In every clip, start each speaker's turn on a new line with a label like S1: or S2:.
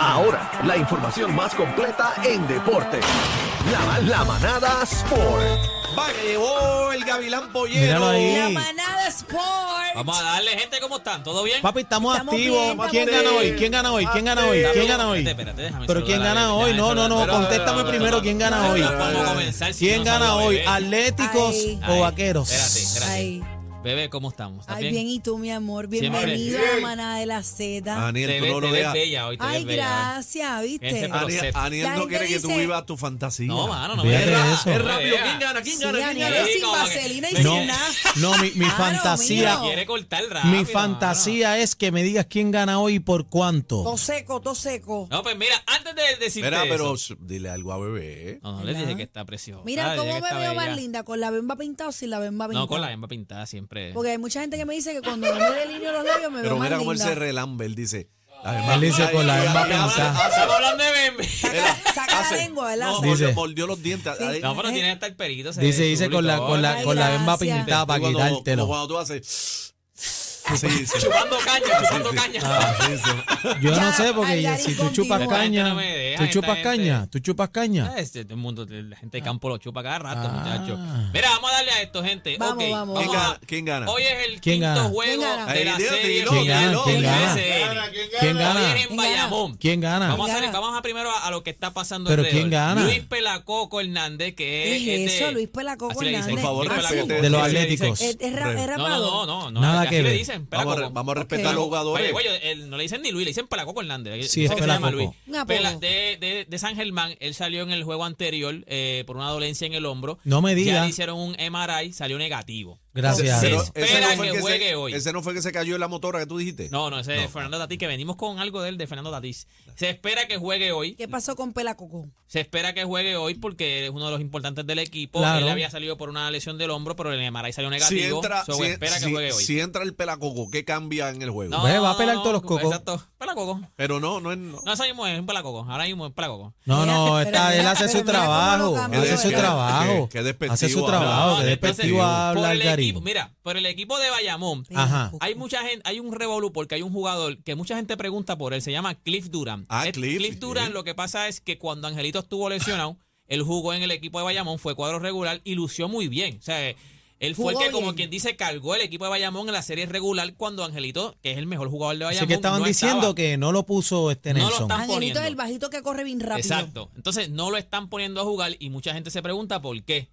S1: Track, la información más completa en deporte. La, la manada Sport.
S2: Va, que llegó el Gavilán
S3: Míralo
S2: Pollero.
S3: ahí.
S4: La manada Sport.
S5: Vamos a darle, gente, ¿cómo están? ¿Todo bien?
S3: Papi, estamos,
S4: Estamos
S3: activos.
S4: bien, estamos
S3: ¿Quién gana
S4: bien.
S3: hoy? ¿Quién gana hoy? ¿Quién gana hoy?
S5: Está
S3: ¿Quién
S5: bien.
S3: gana hoy?
S5: Espérate, espérate, déjame
S3: Pero ¿quién
S5: saludar a
S3: gana hoy?
S5: Evelyn,
S3: No, no,
S5: déjame
S3: no.
S5: saludar.
S3: Contéstame primero quién gana hoy.
S5: No podemos comenzar si
S3: ¿Quién
S5: no
S3: gana
S5: saludo,
S3: hoy?
S5: bebé.
S3: ¿Atléticos
S4: Ay.
S3: o
S5: Ay,
S3: vaqueros?
S5: Espérate, espérate.
S4: Ay,
S5: Bebé, ¿cómo estamos? ¿Estás
S4: ay, bien. y tú, mi amor.
S5: Siempre.
S4: Bienvenido a la manada de la Z.
S5: Te
S2: Aniel, tú
S5: ves-
S2: no lo
S5: te ves
S2: dejas.
S5: bella hoy, te
S4: Ay,
S5: ves bella. Este,
S4: gracias,
S5: Ese
S4: ¿viste?
S5: pro-
S2: Aniel, Aniel
S4: La
S2: no
S4: gente
S2: quiere que tú
S4: dice-
S2: vivas tu fantasía.
S5: No, mano, no
S3: Fíjate
S5: digas
S3: eso.
S5: no
S3: Es
S5: me
S2: rápido,
S5: digas.
S2: ¿quién gana? ¿Quién
S4: Sí,
S2: gana? ¿Quién
S4: Aniel,
S2: gana?
S5: Sí,
S4: sin
S5: como que-
S4: vaselina y
S5: No.
S3: No,
S4: sin nada.
S3: no, mi, mi
S4: Claro,
S3: fantasía.
S4: mío.
S5: Quiere cortar rápido.
S3: Mi
S5: mano.
S3: fantasía es que me digas quién gana hoy y por cuánto.
S4: Todo seco, todo seco.
S5: No, pues mira, antes de decirte
S2: Mira, pero
S5: eso.
S2: s- dile algo a bebé. eh.
S5: No, no, le dije
S4: ¿Verdad?
S5: que está precioso.
S4: Mira cómo me veo más linda, con la bemba pintada o sin la bemba pintada.
S5: No, con la hembra pintada siempre.
S4: Porque hay mucha gente que me dice que cuando no me delineo los labios me veo
S2: Pero
S4: más
S2: mira cómo él
S4: linda.
S2: se relambe. Él dice. la
S3: Él
S2: bemba-
S3: dice
S2: ay,
S3: con la
S2: ay,
S3: bemba
S2: ay,
S5: Estamos
S3: pintada.
S2: ay, ay,
S5: estamos hablando de bembe.
S4: Saca, saca la
S2: hace-
S4: lengua, ¿verdad?
S2: No,
S4: Saca-
S3: Dice-
S2: mordió, mordió los dientes.
S4: Sí.
S2: Ay,
S5: No, pero
S4: Eh.
S5: tiene hasta el perito. se
S3: Dice,
S5: ve
S3: dice
S5: chulito.
S3: con la, con la,
S4: Ay,
S3: con la bemba
S4: gracias.
S3: pintada para
S2: Cuando- como
S3: quitártelo.
S2: Cuando tú haces. Sí, sí.
S5: Chupando caña, chupando
S2: Sí, sí.
S5: caña.
S2: Ah, sí, sí.
S3: Yo
S4: Ya,
S3: no sé, porque
S4: Aldarín
S3: si tú
S4: contigo.
S3: chupas
S5: Esta gente
S3: caña,
S5: no me deja,
S3: tú
S5: esta
S3: chupas
S5: gente.
S3: caña, tú chupas caña.
S5: Ah, Este, todo el mundo, la gente de campo lo chupa cada rato,
S3: Ah.
S5: muchachos. Mira, vamos a darle a esto, gente.
S4: Vamos,
S5: Ok,
S4: vamos,
S2: ¿Quién
S4: vamos.
S5: a-
S2: gana? ¿Quién gana?
S5: Hoy es el
S3: ¿Quién
S5: quinto
S3: gana?
S5: juego
S4: ¿Quién gana?
S5: de la
S2: Ay, dilo,
S5: serie.
S2: dilo,
S3: ¿Quién gana?
S2: dilo,
S3: ¿Quién
S2: dilo.
S3: gana? ¿Quién
S5: Hoy es
S3: gana?
S5: en
S4: ¿Quién
S5: Bayamón.
S3: ¿Quién gana?
S5: Vamos a, hacer-
S4: gana?
S5: vamos a primero a, a lo que está pasando
S3: ¿Pero
S5: alrededor.
S3: quién gana?
S5: Luis Pelacoco Hernández, que es...
S4: ¿Qué es
S5: este-
S4: eso, Luis Pelacoco
S5: así le dicen,
S2: Por
S4: Hernández?
S2: favor,
S5: Luis
S4: Ah, sí.
S2: respete.
S3: De los
S5: así le dicen.
S3: atléticos.
S4: ¿Es, es ra-
S2: Re-
S4: es
S5: No, no,
S4: rapado?
S5: no, no, no.
S3: Nada
S5: así
S3: que
S5: le
S3: ver.
S5: dicen,
S2: Vamos a,
S5: Pelacoco.
S2: re- vamos a respetar
S4: Ok.
S2: a los jugadores.
S5: Oye, oye, él no le dicen ni Luis, le dicen Pelacoco Hernández.
S3: Sí,
S5: Yo
S3: es
S5: sé que se llama
S3: Pelacoco.
S5: Luis.
S4: Un apodo.
S5: Pela- de, de, de San Germán, él salió en el juego anterior eh, por una dolencia en el hombro.
S3: No me
S5: Ya
S3: diga.
S5: le hicieron un MRI, salió negativo.
S3: Gracias.
S5: Se
S2: Pero
S3: Dios.
S2: ese
S5: espera
S2: fue el
S5: que
S2: se-
S5: juegue hoy.
S2: Ese no fue el que se cayó en la motora que tú dijiste.
S5: No, no, ese es Fernando Tatís, que venimos con algo de él, de Fernando Tatís. Se espera que juegue hoy.
S4: ¿Qué pasó con Pelacoco?
S5: Se espera que juegue hoy porque es uno de los importantes del equipo.
S3: Claro.
S5: Él había salido por una lesión del hombro, pero el MRI salió
S2: Si
S5: negativo.
S2: entra,
S5: so,
S2: si,
S5: espera que
S2: si-
S5: juegue hoy.
S2: si entra el pelacoco, ¿qué cambia en el juego?
S3: Ve, va a pelar todos los cocos.
S5: Exacto. Pelacoco.
S2: Pero no, no es. no.
S5: No, eso mismo es un pelacoco. Ahora mismo es pelacoco.
S3: No,
S4: Mira,
S3: no,
S4: pero
S3: está,
S4: mira,
S3: él hace
S4: pero
S3: su
S4: mira cómo
S3: trabajo.
S4: lo cambió,
S3: Hace su
S4: ¿verdad?
S3: trabajo.
S2: Qué- qué despectivo
S3: Hace su
S2: habla.
S3: trabajo.
S2: No,
S3: Qué
S2: de
S5: entonces,
S3: despectivo habla
S5: por el equipo,
S3: Algarín.
S5: Mira, por el equipo de Bayamón,
S3: Ajá.
S5: hay mucha gente, hay un revolú porque hay un jugador que mucha gente pregunta por él, se llama Cliff Durant.
S2: Ah,
S5: Es-
S2: Cliff,
S5: Durant,
S2: sí.
S5: lo que pasa es que cuando Angelito estuvo lesionado, él jugó en el equipo de Bayamón, fue cuadro regular y lució muy bien. O sea, él fue el
S4: Jugó
S5: que, como
S4: bien.
S5: quien dice, cargó el equipo de Bayamón en la serie regular cuando Angelito, que es el mejor jugador de Bayamón,
S3: Así que estaban
S5: no estaba.
S3: diciendo que no lo puso este
S5: No lo
S3: Nelson.
S5: están
S4: Angelito
S5: poniendo.
S4: es el bajito que corre bien rápido.
S5: Exacto. Entonces no lo están poniendo a jugar y mucha gente se pregunta por qué.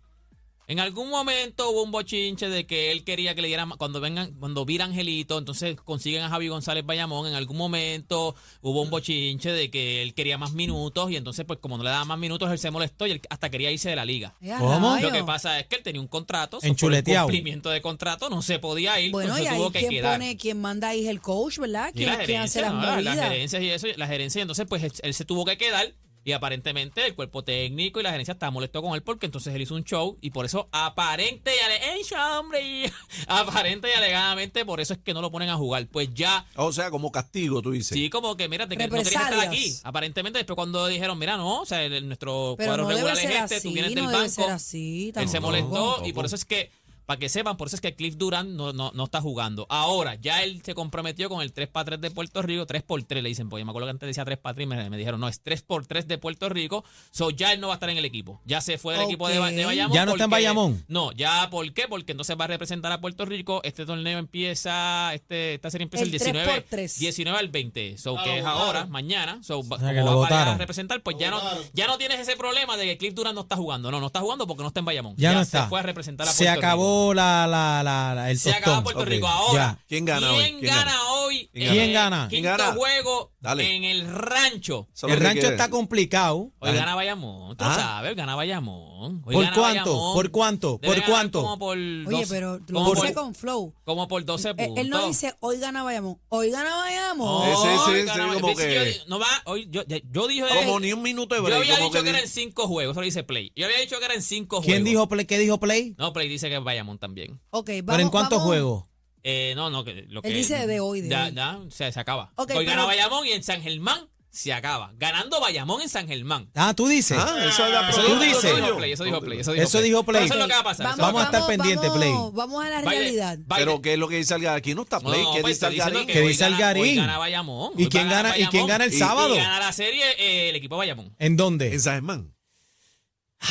S5: En algún momento hubo un bochinche de que él quería que le dieran, cuando vengan, cuando vira a Angelito, entonces consiguen a Javi González Bayamón. En algún momento hubo un bochinche de que él quería más minutos y entonces, pues como no le daban más minutos, él se molestó y él hasta quería irse de la liga.
S4: Eh, a
S3: ¿Cómo?
S4: rayos.
S5: Lo que pasa es que él tenía un contrato, en
S3: Enchuleteado.
S5: cumplimiento de contrato, no se podía ir,
S4: Bueno, y
S5: entonces
S4: ahí
S5: tuvo que
S4: quien
S5: quedar.
S4: pone, quien manda ahí es el coach, ¿verdad?
S5: Y
S4: Quien,
S5: la
S4: quien hace
S5: gerencia,
S4: las
S5: ¿no?
S4: movidas.
S5: Las gerencias y eso, las gerencias. Entonces, pues él se tuvo que quedar y aparentemente el cuerpo técnico y la gerencia estaba molesto con él porque entonces él hizo un show y por eso aparente y ale- ¡Ey, show, hombre! Y aparente y alegadamente por eso es que no lo ponen a jugar. Pues ya
S2: O sea, como castigo, tú dices.
S5: Sí, como que, mira, te, que- no querías estar
S4: Represalias.
S5: aquí. Aparentemente, después cuando dijeron, mira, no, o sea, el- nuestro
S4: Pero
S5: cuadro
S4: no debe
S5: regular
S4: ser
S5: es este,
S4: así,
S5: tú vienes
S4: no
S5: del
S4: debe
S5: banco.
S4: ser así,
S5: él se
S4: tampoco.
S5: molestó y
S2: Tampoco.
S5: por eso es que, para que sepan, por eso es que Cliff Durant no, no, no está jugando. Ahora, ya él se comprometió con el 3x3 de Puerto Rico, 3x3 le dicen, porque me acuerdo que antes decía 3x3 y me, me dijeron, no, es 3x3 de Puerto Rico, so ya él no va a estar en el equipo. Ya se fue del equipo de, Ba- de
S4: Ok.
S5: Bayamón.
S3: Ya no está en
S5: porque-
S3: Bayamón.
S5: No, ya, ¿por qué? Porque entonces va a representar a Puerto Rico. Este torneo empieza, este, esta serie empieza el,
S4: El
S5: 19,
S4: 3x3.
S5: 19 al 20,
S4: Ah,
S5: so que es ahora, mañana, so, va-
S3: sea, que
S5: como
S3: lo
S5: va para allá a
S3: votaron.
S5: representar, pues ya no, ya no tienes ese problema de que Cliff Durant no está jugando, no, no está jugando porque no está en Bayamón,
S3: Ya no
S5: se
S3: está.
S5: fue a representar a Puerto
S3: Se
S5: Rico.
S3: acabó la, la, la, la- el
S5: Se acabó
S3: tostón.
S5: Puerto
S2: Ok,
S5: Rico. Ahora,
S3: ya.
S2: ¿Quién gana hoy?
S5: ¿Quién
S2: ¿Quién
S5: gana
S2: gana?
S5: hoy?
S2: ¿Quién
S5: Eh,
S3: gana?
S5: Quinto
S2: ¿Quién gana?
S5: juego
S2: Dale.
S5: en el rancho.
S2: Eso es lo
S3: El
S2: que
S3: rancho
S2: quiere
S3: está
S2: decir.
S3: complicado.
S5: Hoy gana Bayamón, tú
S2: Ah.
S5: sabes, gana Bayamón. Hoy
S3: ¿Por
S5: gana
S3: cuánto?
S5: Bayamón.
S3: ¿Por cuánto?
S5: Debe
S3: ¿Por
S5: ganar
S3: cuánto?
S5: Como por
S4: Oye,
S5: 12,
S4: pero lo
S5: como
S4: dice
S5: por,
S4: con flow.
S5: como por 12
S4: Eh,
S5: puntos.
S4: Él no dice, hoy gana Bayamón, hoy gana Bayamón.
S2: Ese-
S5: No,
S2: ese-
S5: gana
S2: ese
S5: Bayamón.
S2: como
S5: Dice,
S2: que-
S5: yo- no va, hoy, yo, ya- yo dije.
S2: Como ni un minuto de
S5: Yo
S2: break,
S5: había
S2: como
S5: dicho que
S2: di-
S5: eran cinco juegos, eso lo dice Play. Yo había dicho que eran cinco juegos.
S3: ¿Quién dijo play? ¿Qué dijo play?
S5: No, Play dice que es Bayamón también.
S4: Ok, vamos.
S3: ¿Pero en cuántos
S4: vamos.
S3: juegos?
S5: Eh, no, no, que
S4: Él
S5: lo que-
S4: dice de hoy, de
S5: ya,
S4: hoy.
S5: ya, o sea, se acaba.
S4: Ok,
S5: Hoy gana
S4: pero-
S5: Bayamón y en San Germán se acaba. Ganando Bayamón en San Germán.
S3: Ah, tú dices.
S2: Ah, eso es la
S3: Eso
S5: dijo-
S3: tú dices.
S5: Eso dijo Play, eso dijo Play. Eso dijo
S3: Eso dijo Play.
S5: Pero Eso es lo que va a pasar.
S4: Vamos,
S5: eso es lo
S3: Vamos a estar pendiente, Play.
S4: Vamos a la
S5: que va a pasar.
S4: realidad.
S5: Biden-
S2: Pero
S5: Biden-
S2: ¿qué es lo que dice Algarín? Aquí no está
S5: No,
S2: Play. ¿Qué
S5: pues,
S2: dice
S5: está diciendo
S2: Algarín?
S5: que
S3: ¿Qué
S5: hoy
S3: dice
S5: gana-
S3: Algarín?
S5: hoy gana Bayamón.
S3: ¿Y
S5: hoy
S3: quién
S5: va a ganar
S3: gana- y quién
S5: Bayamón.
S3: gana el
S5: Y-
S3: sábado?
S5: Y gana la serie eh, el equipo Bayamón.
S3: ¿En dónde?
S2: En San Germán.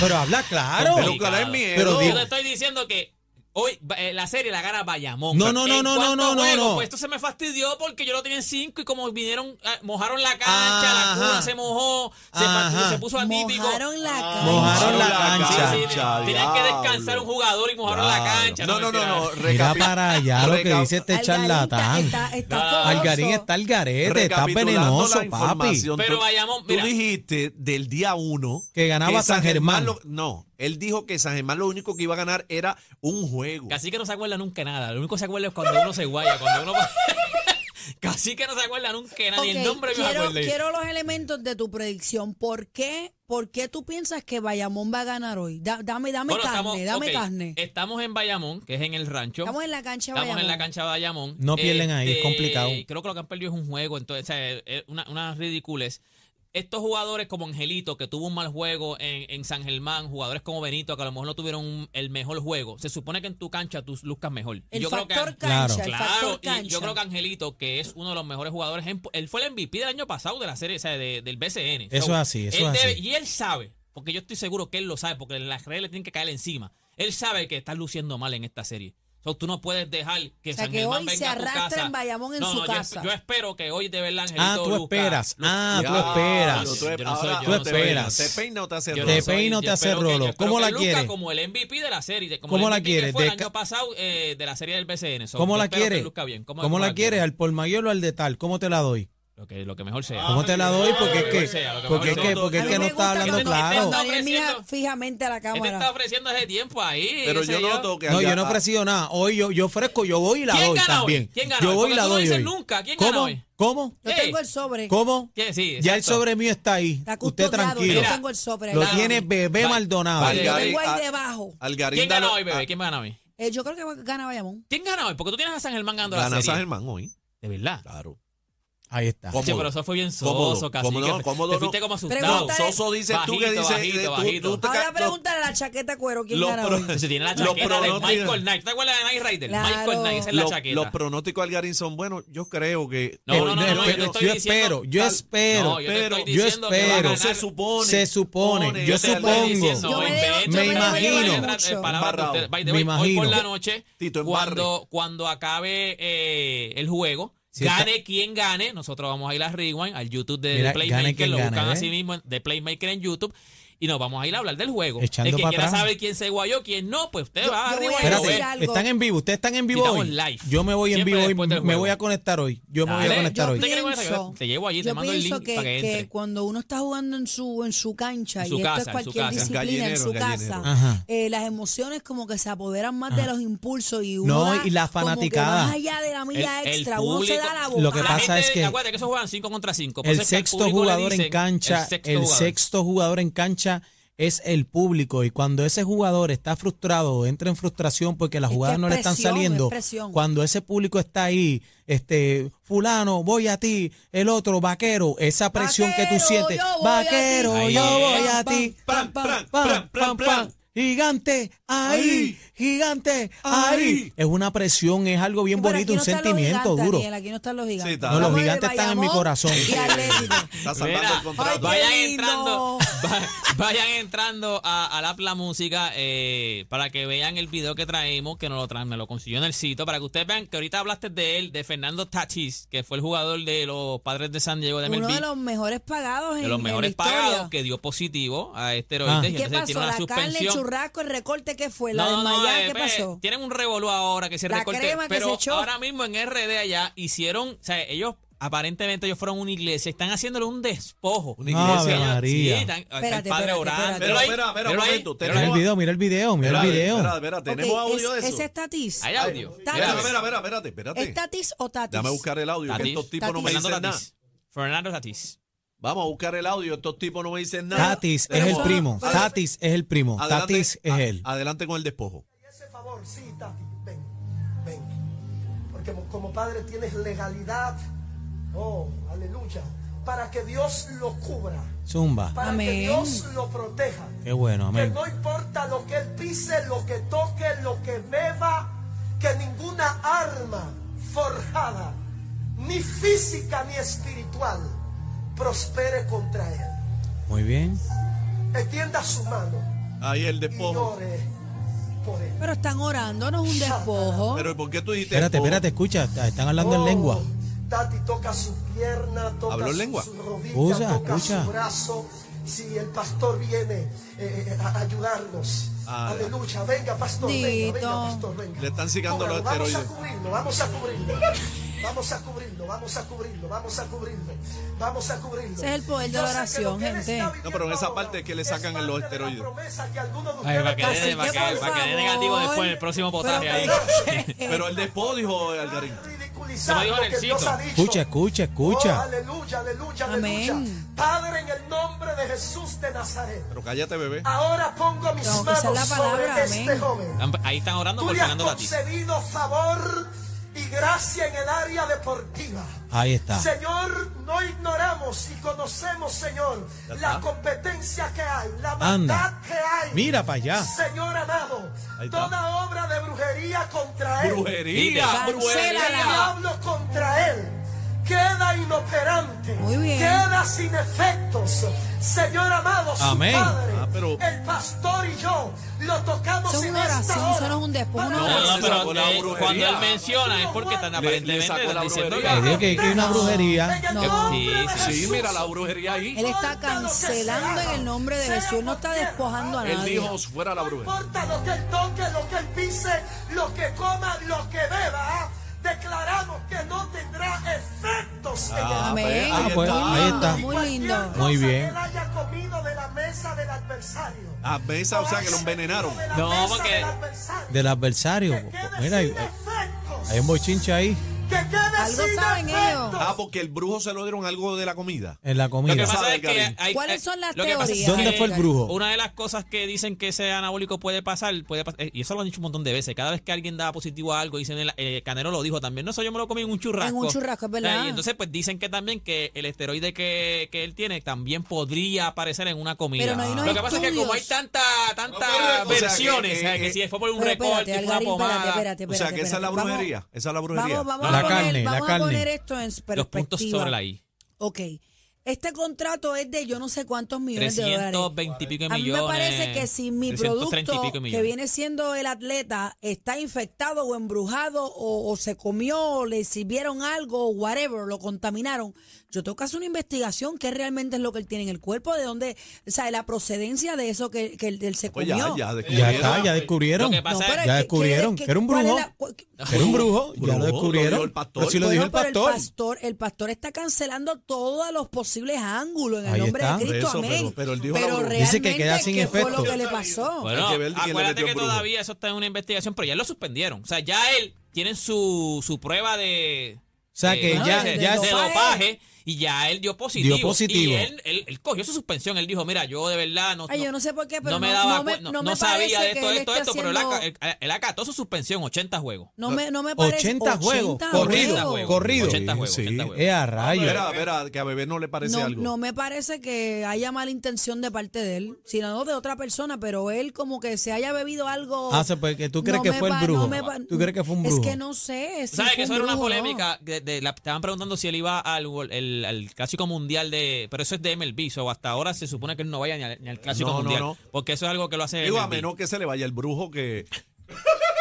S3: Pero habla claro.
S2: Pero ¿cuál es mi
S3: Pero
S5: Pero
S3: di-
S5: yo te estoy diciendo que hoy ba- eh, la serie la gana Bayamón.
S3: No, no, no,
S5: ¿En
S3: no,
S5: cuántos
S3: no, no,
S5: juegos?
S3: no.
S5: Pues esto se me fastidió porque yo lo tenía en cinco y como vinieron, ah, mojaron la cancha,
S3: Ajá.
S5: la cuna se mojó, se,
S3: Ajá.
S5: fastidió, se puso atípico.
S4: Mojaron la
S5: ah.
S4: cancha.
S3: Mojaron la
S5: Sí,
S3: cancha.
S5: sí,
S2: Cancha,
S5: Tenían que descansar
S2: diablo.
S5: un jugador y mojaron la cancha.
S2: Ah, No, no, no,
S5: mentira.
S2: no.
S3: Mira
S2: recapi-
S3: para allá lo que
S2: reca-
S3: dice este
S4: Algarín
S3: charlatán.
S4: Está, está, está
S5: No,
S4: fogoso.
S3: Algarín está al garete, este está
S2: recapitulando
S3: venenoso,
S2: la
S3: papi.
S5: papi.
S2: información,
S5: Pero
S2: tú-
S5: vayamos,
S2: Tú
S5: mira.
S2: dijiste del día uno
S3: Que ganaba San Germán.
S2: lo- no, él dijo que San Germán lo único que iba a ganar era un juego.
S5: Casi que no se acuerda nunca de nada. Lo único que se acuerda es cuando uno se guaya, cuando uno. Casi que no se acuerda nunca de nada. Ni el
S4: Ok,
S5: nombre me
S4: quiero,
S5: acuerdo.
S4: quiero los elementos de tu predicción. ¿Por qué, ¿Por qué tú piensas que Bayamón va a ganar hoy? Da- dame dame
S5: Bueno,
S4: carne,
S5: estamos-
S4: dame
S5: ok,
S4: carne.
S5: Estamos en Bayamón, que es en el rancho.
S4: Estamos en la cancha de
S5: Estamos
S4: Bayamón.
S5: en la cancha de Bayamón. Este,
S3: No pierden ahí, es complicado.
S5: Creo que lo que han perdido es un juego, entonces, o sea, es una, una ridiculez. Estos jugadores como Angelito, que tuvo un mal juego en, en San Germán, jugadores como Benito, que a lo mejor no tuvieron un- el mejor juego, se supone que en tu cancha tú lucas mejor.
S4: El
S5: yo creo que,
S4: factor
S3: Claro.
S4: cancha, el
S5: claro,
S4: factor
S5: y
S4: cancha.
S5: yo creo que Angelito, que es uno de los mejores jugadores, en- él fue el MVP del año pasado de la serie, o sea, de- del BCN.
S3: Eso
S5: So,
S3: es así, eso
S5: él
S3: es
S5: debe-
S3: así.
S5: Y él sabe, porque yo estoy seguro que él lo sabe, porque las redes le tienen que caer encima. Él sabe que está luciendo mal en esta serie. So, tú no puedes dejar que
S4: O sea,
S5: San
S4: que
S5: Germán
S4: hoy
S5: venga
S4: se
S5: a tu
S4: arrastra
S5: casa.
S4: en Bayamón en
S5: No,
S4: su
S5: no, yo esp-
S4: casa.
S5: Yo, espero que hoy de verdad Angelito
S3: Ah, tú
S5: luzca-
S3: esperas. Ah, tú
S5: luzca-
S3: esperas.
S5: Yo no soy-
S2: ahora
S5: yo no soy-
S3: esperas.
S2: ¿Te peina o te hace
S5: yo
S2: rolo?
S5: no
S3: Te
S5: soy-
S3: peina o
S5: yo
S3: te hace
S5: espero que- yo
S3: rolo.
S5: espero
S3: ¿Cómo
S5: que
S3: la
S5: luzca
S3: quieres?
S5: Como el MVP de la serie. de- Como
S3: ¿Cómo
S5: el
S3: la
S5: MVP
S3: quieres?
S5: Que fue el
S3: De
S5: año
S3: ca-
S5: pasado eh, de la serie del BCN. So,
S3: ¿Cómo
S5: yo
S3: la
S5: espero que
S3: quieres?
S5: luzca bien. ¿Cómo,
S3: ¿Cómo la quieres? ¿Al por mayor o al de tal? ¿Cómo te la doy?
S5: Lo que, lo que mejor sea.
S3: ¿Cómo te la doy? Porque es
S5: Mejor
S3: que,
S5: sea, lo que
S3: porque es
S5: mejor
S3: que,
S5: sea.
S3: porque es
S4: A
S3: que
S4: mí
S3: no
S4: me
S3: está
S4: gusta
S3: hablando
S4: cuando
S5: claro.
S4: Daniel mira
S5: ofreciendo-
S4: fijamente a la
S5: Él te Este está
S4: cámara.
S5: ofreciendo ese tiempo ahí.
S2: Pero
S5: qué
S2: yo
S5: sé
S2: noto que
S3: No, yo
S2: Alga-
S3: no he ofrecido nada. Hoy yo, yo ofrezco, yo voy y la
S5: ¿Quién
S3: doy
S5: gana hoy?
S3: también.
S5: ¿Quién gana
S3: yo
S5: hoy?
S3: voy
S5: Porque
S3: y la
S5: tú no
S3: doy
S5: dices
S3: hoy.
S5: nunca. ¿Quién
S3: ¿Cómo?
S5: gana hoy?
S3: ¿Cómo?
S4: Yo
S5: Ey.
S4: tengo el sobre.
S3: ¿Cómo?
S5: ¿Qué? Sí,
S3: Ya el
S5: exacto.
S3: sobre mío está ahí.
S4: Está
S3: Usted
S4: custodiado,
S3: tranquilo.
S4: Yo tengo el sobre.
S3: Lo
S4: ahí.
S3: tiene Ah. Bebé
S5: Vale.
S3: Maldonado.
S5: Vale.
S4: Lo tengo ahí
S2: Algarín-
S4: debajo.
S2: Algarín
S5: ¿Quién gana
S2: da-
S5: hoy, bebé? ¿Quién gana hoy?
S4: Eh, yo creo que gana Bayamón.
S5: ¿Quién gana hoy? Porque tú tienes a San Germán ganando la
S2: Gana San
S5: serie.
S2: Germán hoy.
S5: De verdad.
S2: Claro.
S3: Ahí está.
S2: ¿Cómo?
S5: Che, pero eso fue bien
S2: Cómodo,
S5: soso, casi.
S2: cómodo,
S5: que
S2: cómodo,
S5: te fuiste
S2: no.
S5: como asustado.
S4: Pregunta Está
S2: Soso dices tú que
S5: Bajito,
S2: dices.
S5: bajito,
S2: eh, tú-
S5: bajito.
S2: tú te ca-
S4: Ahora
S2: los-
S4: pregúntale a la chaqueta cuero quién
S2: los
S4: gana
S2: pro-
S4: hoy.
S5: Se tiene la
S2: Los
S5: chaqueta de
S2: pronósticos-
S5: Michael Knight. ¿Te acuerdas de Knight Rider?
S4: Claro.
S5: Michael Knight, esa es la
S2: los-
S5: chaqueta.
S2: Los pronósticos de Algarín son buenos. Yo creo que.
S5: No,
S3: Eh,
S5: no, no, no, yo te estoy
S3: yo
S5: diciendo-
S3: espero, yo
S2: Al-
S3: espero.
S5: No, yo te
S2: pero-
S5: estoy
S3: yo
S5: diciendo que va a
S3: espero-
S5: ganar-
S2: se supone.
S3: Se supone, yo
S2: te estoy
S3: supongo.
S2: diciendo,
S4: Yo me
S2: hoy,
S4: dejo-
S2: vete,
S4: yo
S3: me
S4: dejo llevar
S3: imagino.
S4: mucho.
S5: Eh, palabras de
S2: Embarrado.
S5: ustedes. By the
S3: Me
S5: way, Hoy por
S3: imagino.
S5: la noche,
S2: Tito, embarre.
S5: cuando, cuando acabe eh, el juego,
S3: Sí,
S5: gane quien gane, nosotros vamos a ir a Rewind, al YouTube de,
S3: Mira,
S5: de Playmaker,
S3: gane
S5: lo
S3: quien
S5: buscan
S3: gane,
S5: así
S3: ¿eh?
S5: mismo en- de Playmaker en YouTube. Y nos vamos a ir a hablar del juego.
S3: Echando
S5: el que
S3: pa'
S5: quiera
S3: atrás.
S5: saber quién se guayó, quién no, pues usted
S4: Yo-
S5: va a
S4: yo voy a
S5: Rewind. y lo
S4: decir
S5: ve.
S4: algo.
S3: Espérate, están en vivo, ustedes están en vivo
S5: Estamos
S3: hoy.
S5: live.
S3: Yo me voy en
S5: Siempre
S3: vivo hoy,
S5: después del
S3: me
S5: juego.
S3: voy a conectar hoy. Yo me voy
S5: Dale.
S3: a conectar
S4: Yo
S3: hoy.
S5: ¿Usted quiere conectar?
S4: pienso-
S5: Te llevo allí, te
S4: yo
S5: mando el
S4: pienso
S5: link para que entre.
S4: cuando uno está jugando en su en su cancha
S5: En su
S4: y
S5: casa,
S4: esto
S5: en
S4: es
S5: su
S4: cualquier
S5: casa.
S4: disciplina en
S2: Gallinero,
S4: su
S2: gallinero.
S4: casa,
S3: Ajá.
S4: eh, las emociones como que se apoderan más de los impulsos y uno
S3: No,
S4: da
S3: y la
S4: como que
S3: fanaticada.
S4: más allá de la milla
S5: El- el
S4: extra, uno se
S5: público-
S4: da la boca.
S3: Lo que
S5: La
S3: pasa
S5: gente-
S3: es que-
S5: Acuérdate que esos juegan 5 contra 5.
S3: El sexto jugador en cancha, el sexto jugador en cancha es el público y cuando ese jugador está frustrado o entra en frustración porque las
S4: Es que
S3: jugadas
S4: es
S3: no le están
S4: presión,
S3: saliendo,
S4: es presión.
S3: cuando ese público está ahí, este fulano, voy a ti, el otro vaquero, esa presión que tú
S4: Vaquero,
S3: sientes,
S4: yo voy a
S3: vaquero,
S5: ti.
S3: yo
S5: Ahí es.
S3: voy a ti,
S2: Pam, pam,
S3: pam, pam, pam. Gigante, ahí,
S2: Ahí.
S3: gigante, ahí.
S2: Ahí.
S3: Es una presión, es algo bien
S4: Pero aquí
S3: bonito,
S4: no
S3: un
S4: están los
S3: sentimiento
S4: gigantes,
S3: duro.
S4: Daniel, aquí no están los gigantes.
S2: Sí, está.
S3: No, los
S4: Hablamos de
S3: gigantes están en mi
S4: Bayamón
S3: corazón.
S4: Y Atlético.
S2: Está salvando
S5: Mira,
S2: el contrato.
S4: ay,
S5: Vayan
S4: lindo.
S5: entrando, va- vayan entrando a, a la Apla Música eh, para que vean el video que traemos, que nos lo traen, me lo consiguió en el sitio, para que ustedes vean que ahorita hablaste de él, de Fernando Tatis, que fue el jugador de los padres de San Diego de MLB,
S4: Uno de los mejores pagados en
S5: de los
S4: en
S5: mejores
S4: la historia.
S5: pagados, que dio positivo a esteroides
S3: Ah.
S5: y
S4: ¿Qué
S5: entonces
S4: pasó?
S5: tiene una
S4: La carne, el
S5: suspensión.
S4: churrasco, el recorte, ¿qué fue? ¿La
S5: No, no,
S4: desmayada?
S5: eh,
S4: ¿Qué
S5: pues,
S4: pasó?
S5: Tienen un revolú ahora que se
S4: La
S5: recorte.
S4: crema que
S5: pero
S4: se echó.
S5: ahora mismo en RD allá hicieron, o sea, ellos aparentemente ellos fueron a una iglesia, están haciéndole un despojo.
S2: Una iglesia.
S5: Ellos-
S3: María.
S5: sí, están- está
S4: Espérate,
S5: el padre
S4: espérate,
S5: orando.
S4: espérate.
S5: Pero
S2: Pero,
S5: ahí,
S2: espera, espera,
S5: pero
S2: un
S5: ahí,
S2: momento,
S5: pero
S3: Mira el
S5: ahí-
S3: video, mira el video, mira el video.
S2: Espera, espera, tenemos
S4: Ok,
S2: audio de
S4: es,
S2: eso.
S4: ¿Es Tatis?
S5: Hay audio.
S4: Tatis.
S2: Espera, espera, espera, espérate, espérate.
S4: ¿Es Tatis o Tatis?
S2: Déjame buscar el audio,
S5: Tatis.
S2: que estos tipos no me
S5: Fernando
S2: dicen nada.
S5: Tatís. Fernando Tatís.
S2: Vamos a buscar el audio, estos tipos no me dicen nada.
S3: Tatis es
S4: Pero
S3: el
S4: eso-
S3: primo.
S4: pero-
S3: Tatis es el primo.
S2: Adelante,
S3: Tatis es
S2: a-
S3: él.
S2: Adelante con el despojo.
S6: Ese favor, sí, Tati, ven, ven. Porque mo- como padre tienes legalidad. Oh, aleluya. para que Dios lo cubra,
S3: Zumba.
S6: para que
S4: Amén.
S6: Dios lo proteja.
S3: Qué bueno,
S6: Que
S3: amén.
S6: no importa lo que él pise, lo que toque, lo que beba, que ninguna arma forjada, ni física ni espiritual, prospere contra él.
S3: Muy bien.
S6: Extienda su mano
S2: Ahí el
S6: y
S2: despojo.
S6: ore por él.
S4: Pero están orando, no es un despojo.
S2: Pero ¿y ¿por qué tú dijiste?
S3: Espérate,
S2: despojo?
S3: espérate, escucha. Están hablando en
S6: Oh,
S3: lengua.
S6: Tati toca su pierna, toca
S2: ¿Habló
S6: su,
S2: lengua?
S6: su rodilla,
S3: Usa,
S6: toca
S3: escucha.
S6: su brazo. Si el pastor viene eh, eh, a a ayudarnos.
S2: Ah, ya.
S6: Aleluya, venga pastor, venga, venga
S4: Dito.
S6: pastor, venga.
S2: Le están sacando
S6: Cóbralo,
S2: los esteroides.
S6: Vamos a cubrirlo, vamos a cubrirlo. Vamos a cubrirlo, vamos a cubrirlo, vamos a cubrirlo. Vamos a cubrirlo.
S4: Ese es el poder de
S6: Yo
S4: la
S6: sé que
S4: oración,
S6: lo que él está
S4: gente.
S2: No,
S6: viviendo
S2: pero en esa
S6: ahora
S2: parte es que le sacan
S6: parte
S2: los
S6: de la
S2: esteroides.
S6: promesa que algunos de
S5: Ay,
S6: ustedes
S5: va a
S4: Así
S5: quedar, va a
S4: que,
S5: quedar- va a
S4: por
S5: quedar negativo
S4: favor.
S5: después en el próximo potaje ahí.
S2: Pero el despojo dijo Algarín.
S5: Se lo
S6: ridiculizar
S5: dijo
S6: lo que
S5: Nelsito.
S6: Dios ha dicho.
S3: Escucha, escucha,
S6: Oh,
S3: escucha.
S6: aleluya, aleluya,
S4: Amén.
S6: aleluya. Padre, en el nombre de Jesús de Nazaret,
S2: Pero cállate, bebé.
S6: ahora pongo mis
S4: No,
S6: manos
S4: esa es la palabra,
S6: sobre este
S4: amén.
S6: joven.
S5: Están- Ahí están orando
S6: Tú
S5: por
S6: le has
S5: Fernando Tatís.
S6: concedido favor y gracia en el área deportiva.
S3: Ahí está.
S6: Señor, no ignoramos y conocemos, Señor, la competencia que hay, la
S3: Anda.
S6: maldad que hay.
S3: Mira para allá.
S6: Señor amado,
S2: Ahí está.
S6: toda obra de brujería contra él.
S2: Brujería,
S4: Cancélala.
S6: El
S5: brujería.
S6: diablo contra él queda inoperante,
S4: Muy bien.
S6: queda sin efectos. Señor amado, su
S3: Amén.
S6: padre,
S2: Ah, pero-
S6: el pastor y yo lo tocamos
S4: Eso es
S6: en
S4: una
S6: esta
S4: oración,
S6: hora
S4: eso no es un despojo, es una
S6: para
S5: No, no,
S2: Le
S5: pero
S2: sacó la
S5: eh,
S2: brujería.
S5: cuando él menciona es porque están
S6: Le-
S2: le
S5: aparentemente
S2: sacó la
S5: están diciendo
S2: brujería.
S3: Le
S5: que
S3: digo que, que hay una brujería.
S6: En el
S4: No.
S6: nombre de
S5: Sí, sí.
S6: Jesús.
S7: Sí, mira la brujería ahí.
S4: Él está cancelando en el nombre de Jesús, no está despojando a
S7: Él
S4: nadie.
S7: dijo fuera la
S6: No
S7: brujería.
S6: importa lo que él toque, lo que él pise, lo que coma, lo que beba, ¿ah? declaramos que no tendrá efectos en él.
S4: Amén.
S3: Ah, pues, ahí está.
S4: Muy lindo.
S3: Muy
S6: Cualquier cosa
S3: bien.
S6: que él haya comido de la mesa del adversario.
S2: A mesa, Ah, o sea, que lo envenenaron.
S6: De la
S5: No,
S6: mesa
S5: porque-
S6: del adversario.
S3: Del adversario.
S6: Que quede
S3: Mira, hay,
S6: sin efectos.
S3: hay un bochinche ahí
S6: Que quede
S4: Algo
S6: sin
S4: saben
S6: efectos.
S4: ellos.
S2: Ah, porque el brujo se lo dieron algo de la comida.
S4: Eh,
S3: en la
S5: Lo que
S3: comida.
S5: pasa es que
S2: Algarín.
S5: hay-
S4: ¿Cuáles
S5: eh,
S4: son las
S5: lo que pasa es
S4: teorías?
S5: que
S3: ¿Dónde fue el brujo?
S5: Una de las cosas que dicen que ese anabólico puede pasar, puede pas- eh, y eso lo han dicho un montón de veces, cada vez que alguien da positivo a algo, dicen, el, eh, Canelo lo dijo también, no sé, yo me lo comí en un churrasco.
S4: En un churrasco, es verdad.
S5: Eh, y entonces, pues dicen que también que el esteroide que, que él tiene también podría aparecer en una comida.
S4: Pero no hay unos
S5: lo que pasa es que
S4: estudios.
S5: como hay tanta, tantas
S2: No, pero, o sea,
S5: versiones,
S2: que, eh,
S5: eh, que
S2: eh,
S5: si fue por un
S4: Pero
S5: recorte,
S4: espérate,
S5: fue una
S4: Algarín, espérate,
S5: pomada.
S4: espérate,
S2: O sea,
S4: espérate,
S2: que esa es la
S4: espérate. Vamos-
S2: brujería. Esa es la brujería.
S4: Vamos, vamos,
S3: La
S4: a, poner,
S3: carne, la
S4: vamos a
S3: carne.
S4: poner esto en perspectiva.
S5: Los puntos sobre la I.
S4: Ok. Este contrato es de yo no sé cuántos millones de dólares.
S5: 320 y pico de
S4: A mí
S5: millones.
S4: me parece que si mi
S5: 330 y
S4: producto
S5: pico de
S4: que
S5: millones.
S4: viene siendo el atleta está infectado o embrujado o, o se comió o le sirvieron algo o whatever, lo contaminaron, yo tengo que hacer una investigación qué realmente es lo que él tiene en el cuerpo, de dónde, o sea, la procedencia de eso que, que él, él se
S2: Pues ya,
S4: comió.
S2: ya,
S3: Ya
S2: descubrieron.
S3: está, ya descubrieron.
S5: Lo que pasa
S4: No, pero
S5: es-
S4: es
S3: Ya
S4: que-
S3: descubrieron
S4: ¿qué-
S3: que era un
S4: cuál es
S3: brujo.
S4: la- cu-
S3: Era un brujo, ya
S2: Brujo,
S3: lo
S2: lo
S3: descubrieron.
S2: dijo el pastor.
S3: Pero si lo dijo
S4: Bueno,
S3: el
S4: pero
S3: pastor.
S4: El pastor, el pastor está cancelando todos los posibles ángulos en el
S3: Ahí
S4: nombre
S3: está.
S4: de Cristo.
S2: Eso,
S4: amén.
S2: pero- pero él dijo la brujería.
S4: realmente,
S3: Dice que queda sin
S4: ¿qué
S3: efecto.
S4: fue lo que le pasó?
S5: Bueno,
S2: Hay que ver quién le
S5: acuérdate
S2: metió
S5: que
S2: el brujo.
S5: todavía eso está en una investigación, pero ya lo suspendieron. O sea, ya él tiene su, su prueba de.
S3: O sea, que
S5: ¿cómo
S3: ya-
S5: se dice?
S3: ya
S5: de
S3: es-
S5: dopaje y ya él dio positivo.
S3: Dio positivo.
S5: Y él, él- él cogió su suspensión. Él dijo: Mira, yo de verdad Pues no.
S4: Ay, yo no sé por qué, pero
S5: me
S4: no-
S5: daba
S4: no me-
S5: cu- no,
S4: no
S5: no
S4: me
S5: sabía
S4: parece
S5: de
S4: que
S5: esto,
S4: él
S5: de esto, de
S4: esté
S5: esto, pero él, aca-
S4: haciendo-
S5: él- él acató su suspensión, 80 juegos.
S4: No me, no me parece.
S3: 80 juegos,
S4: 80
S3: corrido,
S4: juegos.
S3: corrido.
S5: 80 juegos,
S2: Sí,
S5: 80 juegos.
S3: Eh, a rayos.
S2: Espera, espera, que a bebé no le parece
S4: No,
S2: algo.
S4: no me parece que haya mala intención de parte de él, sino de otra persona, pero él como que se haya bebido algo.
S3: Ah, se puede que tú crees que
S4: me
S3: fue el
S4: pa- no
S3: brujo.
S4: me pa-
S3: ¿Tú crees que fue un brujo?
S4: Es que no sé. si
S5: ¿Sabes
S4: fue
S5: que eso
S4: un
S5: era una
S4: brujo o no.
S5: polémica? de- de la- estaban preguntando si él iba al, wor- el- al clásico mundial de. Pero eso es de MLB, so hasta ahora se supone que él no vaya ni al, ni al clásico
S2: No, no,
S5: mundial.
S2: no.
S5: Porque eso es algo que lo hace.
S2: Digo, a
S5: MLB.
S2: menos que se le vaya el brujo que...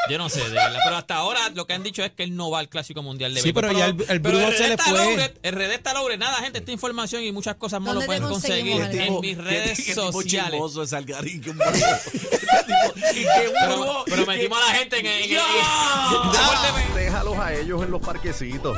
S5: Yo no sé, de verdad, Pero hasta ahora lo que han dicho es que él no va al clásico mundial de
S3: Sí,
S5: béisbol.
S3: pero ya el- el
S5: pero
S3: brujo se
S5: RD
S3: le
S5: está
S3: fue.
S5: Loure, RD está Loure. Nada, gente, esta información y muchas cosas más lo
S4: ¿Dónde te
S5: pueden conseguir
S4: conseguimos,
S5: en
S4: Alejandro?
S5: mis
S2: ¿Qué-
S5: redes
S2: qué tipo
S5: sociales.
S2: chismoso es Algarín, que un brujo. Y que un
S5: Pero,
S2: brujo-
S5: pero metimos a la gente en el. en el-
S1: Ah, Déjalos a ellos en los parquecitos.